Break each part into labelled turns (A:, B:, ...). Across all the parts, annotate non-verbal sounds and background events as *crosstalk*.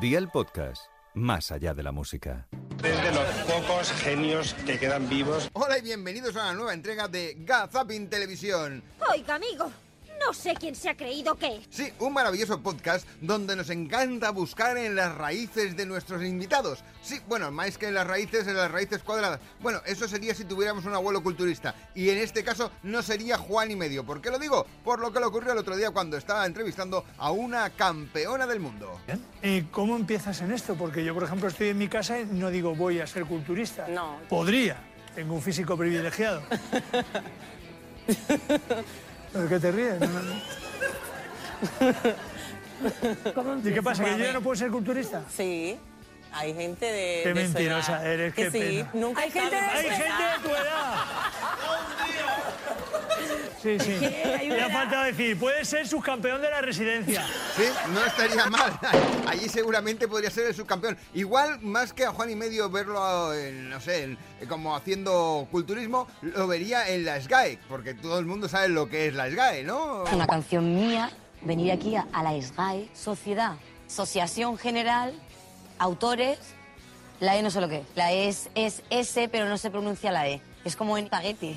A: Día el podcast, más allá de la música.
B: Desde los pocos genios que quedan vivos.
C: Hola y bienvenidos a la nueva entrega de Gazapin Televisión.
D: Oiga, amigo, no sé quién se ha creído que...
C: Sí, un maravilloso podcast donde nos encanta buscar en las raíces de nuestros invitados. Sí, bueno, más que en las raíces, en las raíces cuadradas. Bueno, eso sería si tuviéramos un abuelo culturista. Y en este caso no sería Juan y medio. ¿Por qué lo digo? Por lo que le ocurrió el otro día cuando estaba entrevistando a una campeona del mundo.
E: Eh, ¿Cómo empiezas en esto? Porque yo, por ejemplo, estoy en mi casa y no digo voy a ser culturista.
F: No.
E: Podría. Tengo un físico
G: *laughs*
E: privilegiado. ¿Pero qué te ríes? No, no, no. ¿Y qué pasa? ¿Que yo no puedo ser culturista?
F: Sí, hay gente de. de
E: Qué
F: su
E: mentirosa
F: edad
E: eres,
F: que
E: qué
F: sí,
E: pena.
F: nunca
G: Hay gente
F: sabe-
G: de
E: ¡Hay
G: Pues,
E: gente de tu edad! Sí, sí.
G: hay
E: Me
G: una
E: ha
G: edad.
E: faltado decir, puede ser subcampeón de la
G: *laughs*
E: residencia.
C: Sí, no estaría mal. *laughs* Allí seguramente podría ser el subcampeón. Igual, más que a Juan y medio verlo, en, no sé, en- como haciendo culturismo, lo vería en la SGAE, E, porque todo el mundo sabe lo que es la SGAE, E, ¿no?
H: Es una canción mía, venir aquí a, a la SGAE, Sociedad, Asociación General, Autores. La E no sé lo que es. La E es, es S, pero no se pronuncia la E. Es como en Spaghetti.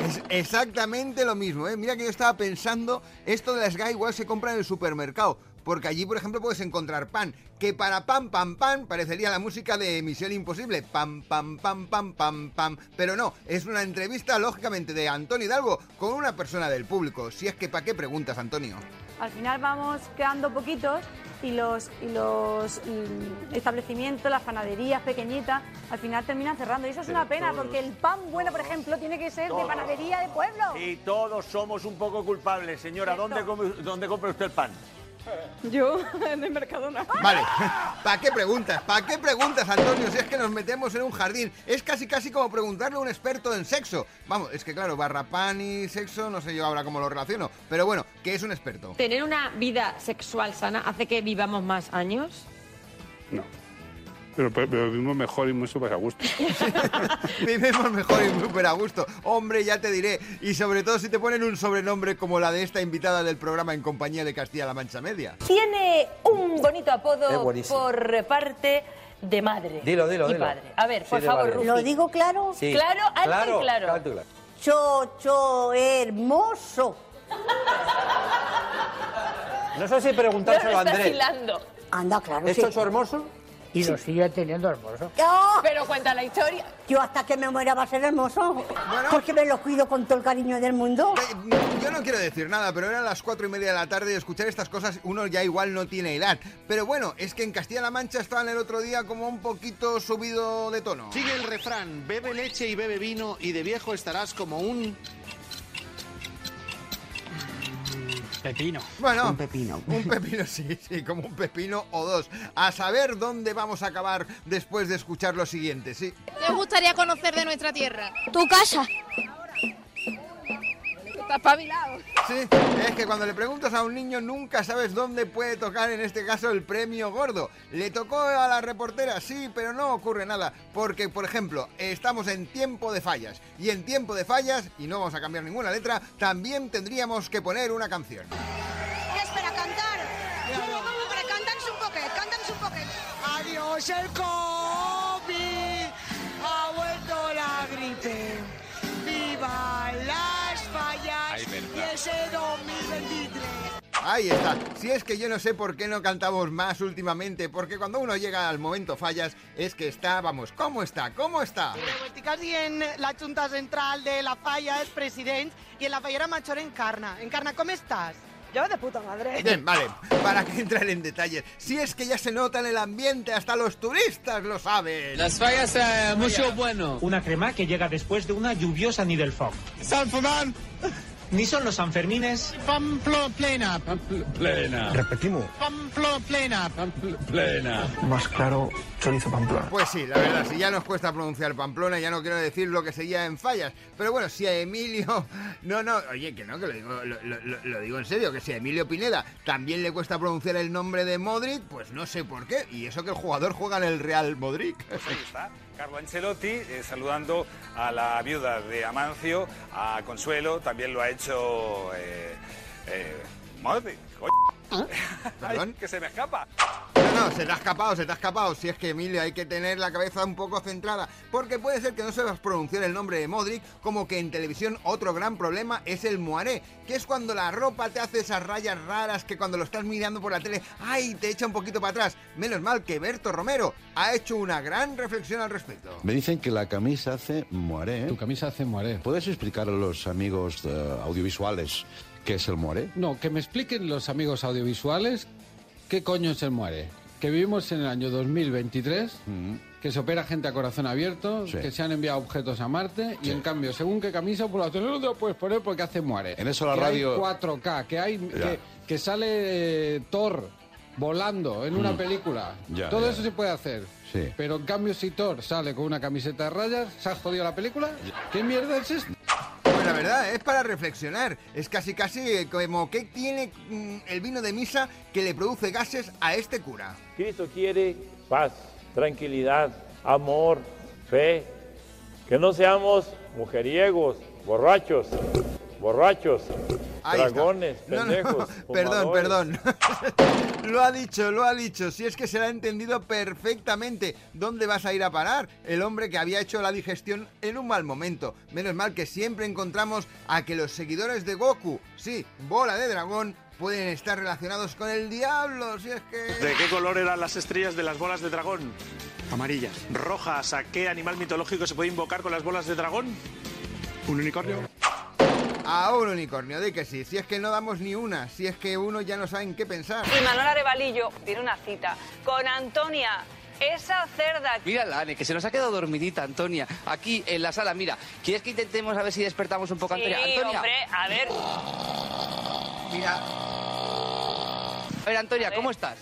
C: Es exactamente lo mismo, ¿eh? Mira que yo estaba pensando, esto de la SGAE igual se compra en el supermercado. Porque allí, por ejemplo, puedes encontrar pan, que para pam, pam, pam, parecería la música de Misión Imposible. Pam, pam, pam, pam, pam, pam. Pero no, es una entrevista, lógicamente, de Antonio Hidalgo con una persona del público. Si es que, ¿para qué preguntas, Antonio?
G: Al final vamos creando poquitos y los, y los mm, establecimientos, las panaderías pequeñitas, al final terminan cerrando. Y eso es una pena porque el pan bueno, por ejemplo, tiene que ser de panadería de pueblo.
I: Y todos somos un poco culpables, señora. ¿Dónde, come- dónde compra usted el pan?
G: Yo en el Mercadona.
C: Vale, *laughs* ¿para qué preguntas? ¿Para qué preguntas, Antonio? Si es que nos metemos en un jardín. Es casi casi como preguntarle a un experto en sexo. Vamos, es que claro, barra pan y sexo, no sé yo ahora cómo lo relaciono. Pero bueno, que es un experto.
J: ¿Tener una vida sexual sana hace que vivamos más años?
K: No. Pero, pero, pero vivimos mejor y mucho más a gusto.
C: Vivimos mejor y súper a gusto. Hombre, ya te diré. Y sobre todo si te ponen un sobrenombre como la de esta invitada del programa en compañía de Castilla-La Mancha Media.
J: Tiene un bonito
I: Es
J: apodo
I: buenísimo.
J: por parte de madre.
I: Dilo, dilo,
J: y
I: dilo.
J: padre. A ver,
I: Sí,
J: por
I: de
J: favor,
I: madre.
J: Rufi.
I: Lo
H: digo claro?
J: Claro, alto y claro.
H: Chocho hermoso.
I: No sé si
J: No lo estás hilando.
H: Anda, claro,
I: hermoso?
H: Y lo sigue teniendo hermoso.
J: Ah.
H: Ah.
J: Pero cuenta la historia.
H: Yo hasta que me muera va a ser hermoso.
C: Bueno.
H: Porque me lo cuido con todo el cariño del mundo.
C: Eh, Yo no quiero decir nada, pero eran las cuatro y media de la tarde y escuchar estas cosas uno ya igual no tiene edad. Pero bueno, es que en Castilla-La Mancha estaban el otro día como un poquito subido de tono.
L: Sigue el refrán, bebe leche y bebe vino y de viejo estarás como un...
E: Pepino.
C: Bueno, un pepino. *laughs* Un pepino, sí, sí, como un pepino o dos. A saber dónde vamos a acabar después de escuchar lo siguiente, sí.
G: ¿Te gustaría conocer de nuestra tierra?
D: Tu casa.
G: Estás pavilado.
C: Sí, es que cuando le preguntas a un niño nunca sabes dónde puede tocar, en este caso, el premio gordo. Le tocó a la reportera, sí, pero no ocurre nada. Porque, por ejemplo, estamos en tiempo de fallas. Y en tiempo de fallas, y no vamos a cambiar ninguna letra, también tendríamos que poner una canción.
G: Es para cantar. Para cantarnos un poquet, cantarnos un poquet.
L: Adiós el COVID, ha vuelto la gripe. Viva las fallas y ese 2023.
C: Ahí está. Si es que yo no sé por qué no cantamos más últimamente, porque cuando uno llega al momento fallas, es que está, vamos, ¿cómo está? ¿Cómo está?
L: Estic quasi en la Junta Central de la Falla, es president, y en la Fallera Major Encarna. Encarna, ¿cómo estás?
G: Yo de puta madre.
C: Bien, vale, para que entrar en detalles. Si es que ya se nota en el ambiente, hasta los turistas lo saben.
L: Las fallas, mucho bueno.
E: Una crema que llega después de una lluviosa Nidelfog.
L: San Fumán,
E: Ni son los Sanfermines.
L: Pamplo Plena. Plena.
E: Repetimos.
L: Pamplo Plena. Plena.
E: Más claro, chorizo pamplona.
C: Pues sí, la verdad, si ya nos cuesta pronunciar Pamplona, ya no quiero decir lo que seguía en fallas. Pero bueno, si a Emilio. *laughs* No, no, oye, que no, que lo digo, lo, lo- lo- lo digo en serio, que si a Emilio Pineda también le cuesta pronunciar el nombre de Modric, pues no sé por qué. Y eso que el jugador juega en el Real Modric.
K: Ahí está, Carlo Ancelotti eh, saludando a la viuda de Amancio, a Consuelo, también lo ha hecho... Eh, eh, Modric, coño. Ay,
C: *laughs* ¿Perdón?
K: que se me escapa.
C: Pero no, se te ha escapado, se te ha escapado. Si es que, Emilio, hay que tener la cabeza un poco centrada. Porque puede ser que no sepas pronunciar el nombre de Modric, como que en televisión otro gran problema es el moaré, que es cuando la ropa te hace esas rayas raras que cuando lo estás mirando por la tele, ¡ay! te echa un poquito para atrás. Menos mal que Berto Romero ha hecho una gran reflexión al respecto.
B: Me dicen que la camisa hace moaré. Tu camisa hace moaré. ¿Puedes explicar a los amigos eh, audiovisuales qué es el moaré?
M: No, que me expliquen los amigos audiovisuales qué coño es el muere. Que vivimos en el año 2023, que se opera gente a corazón abierto,
B: Mm. Sí.
M: que se han enviado objetos a Marte, y
B: Sí.
M: en cambio, según qué camisa por la tele no te lo puedes poner porque hace muere.
B: En eso la
M: que
B: radio-
M: Hay 4K, que, hay,
B: Ya.
M: que, que sale eh, Thor volando en una
B: Mm.
M: película.
B: Ya,
M: Todo
B: ya,
M: eso
B: ya.
M: se puede hacer.
B: Sí.
M: Pero en cambio, si Thor sale con una camiseta de rayas, ¿se ha jodido la película? ¿Qué mierda es esto?
C: Pues la verdad, es para reflexionar. Es casi casi como que tiene mm, el vino de misa que le produce gases a este cura.
N: Cristo quiere paz, tranquilidad, amor, fe. Que no seamos mujeriegos, borrachos, borrachos,
C: Ahí está.
N: dragones,
C: No, no,
N: pendejos.
C: perdón,
N: fumadores.
C: *laughs* perdón. *laughs* lo ha dicho, lo ha dicho. Si es que se lo ha entendido perfectamente. ¿Dónde vas a ir a parar? El hombre que había hecho la digestión en un mal momento. Menos mal que siempre encontramos a que los seguidores de Goku, sí, bola de dragón, pueden estar relacionados con el diablo. Si es que...
E: ¿De qué color eran las estrellas de las bolas de dragón? Amarillas. ¿Rojas? ¿A qué animal mitológico se puede invocar con las bolas de dragón? ¿Un unicornio?
C: A un unicornio, de que sí. Si es que no damos ni una. Si es que uno ya no sabe en qué pensar.
G: Y Manuel Arevalillo tiene una cita con Antonia, esa cerda.
O: Mírala, Ane, que se nos ha quedado dormidita, Antonia, aquí en la sala. Mira, ¿quieres que intentemos a ver si despertamos un poco, a Antonia?
G: Sí,
O: Antonia,
G: hombre, a ver.
O: mira. A ver, Antonia, ¿cómo estás?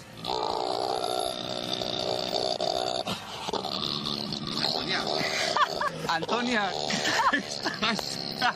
O: Antonia.
A: *laughs*
O: Antonia.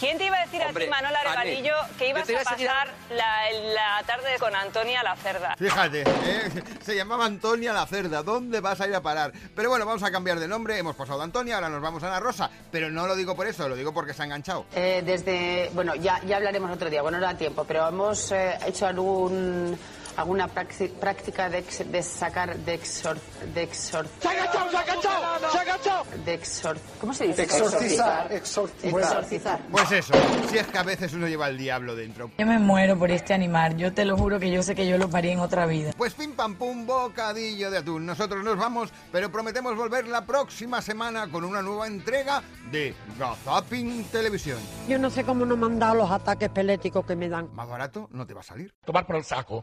G: ¿Quién te iba a decir a
O: Hombre,
G: ti, Manuel Arevalillo,
O: Ane,
G: que ibas
O: que te
G: a
O: iba a seguir a-
G: pasar la, la tarde con Antonia la cerda?
C: Fíjate, ¿eh? se llamaba Antonia la cerda. ¿Dónde vas a ir a parar? Pero bueno, vamos a cambiar de nombre. Hemos pasado de Antonia, ahora nos vamos a Ana Rosa. Pero no lo digo por eso, lo digo porque se ha enganchado.
P: Eh, desde, bueno, ya, ya hablaremos otro día, bueno, no da tiempo, pero hemos eh, hecho algún, alguna praxi- práctica de, ex- de sacar, de exor... De exor ¡Se ha agachado, se ha agachado, se ha agachado! De exor... ¿Cómo se dice?
L: Exorcizar,
P: Exorcizar. Exorcizar.
C: Pues eso, si es que a veces uno lleva el diablo dentro.
L: Yo me muero por este animal, yo te lo juro que yo sé que yo lo parí en otra vida.
C: Pues pim pam pum, bocadillo de atún. Nosotros nos vamos, pero prometemos volver la próxima semana con una nueva entrega de Gazapin Televisión.
Q: Yo no sé cómo no me han dado los ataques peléticos que me dan.
C: Más barato no te va a salir.
Q: Tomar por el saco.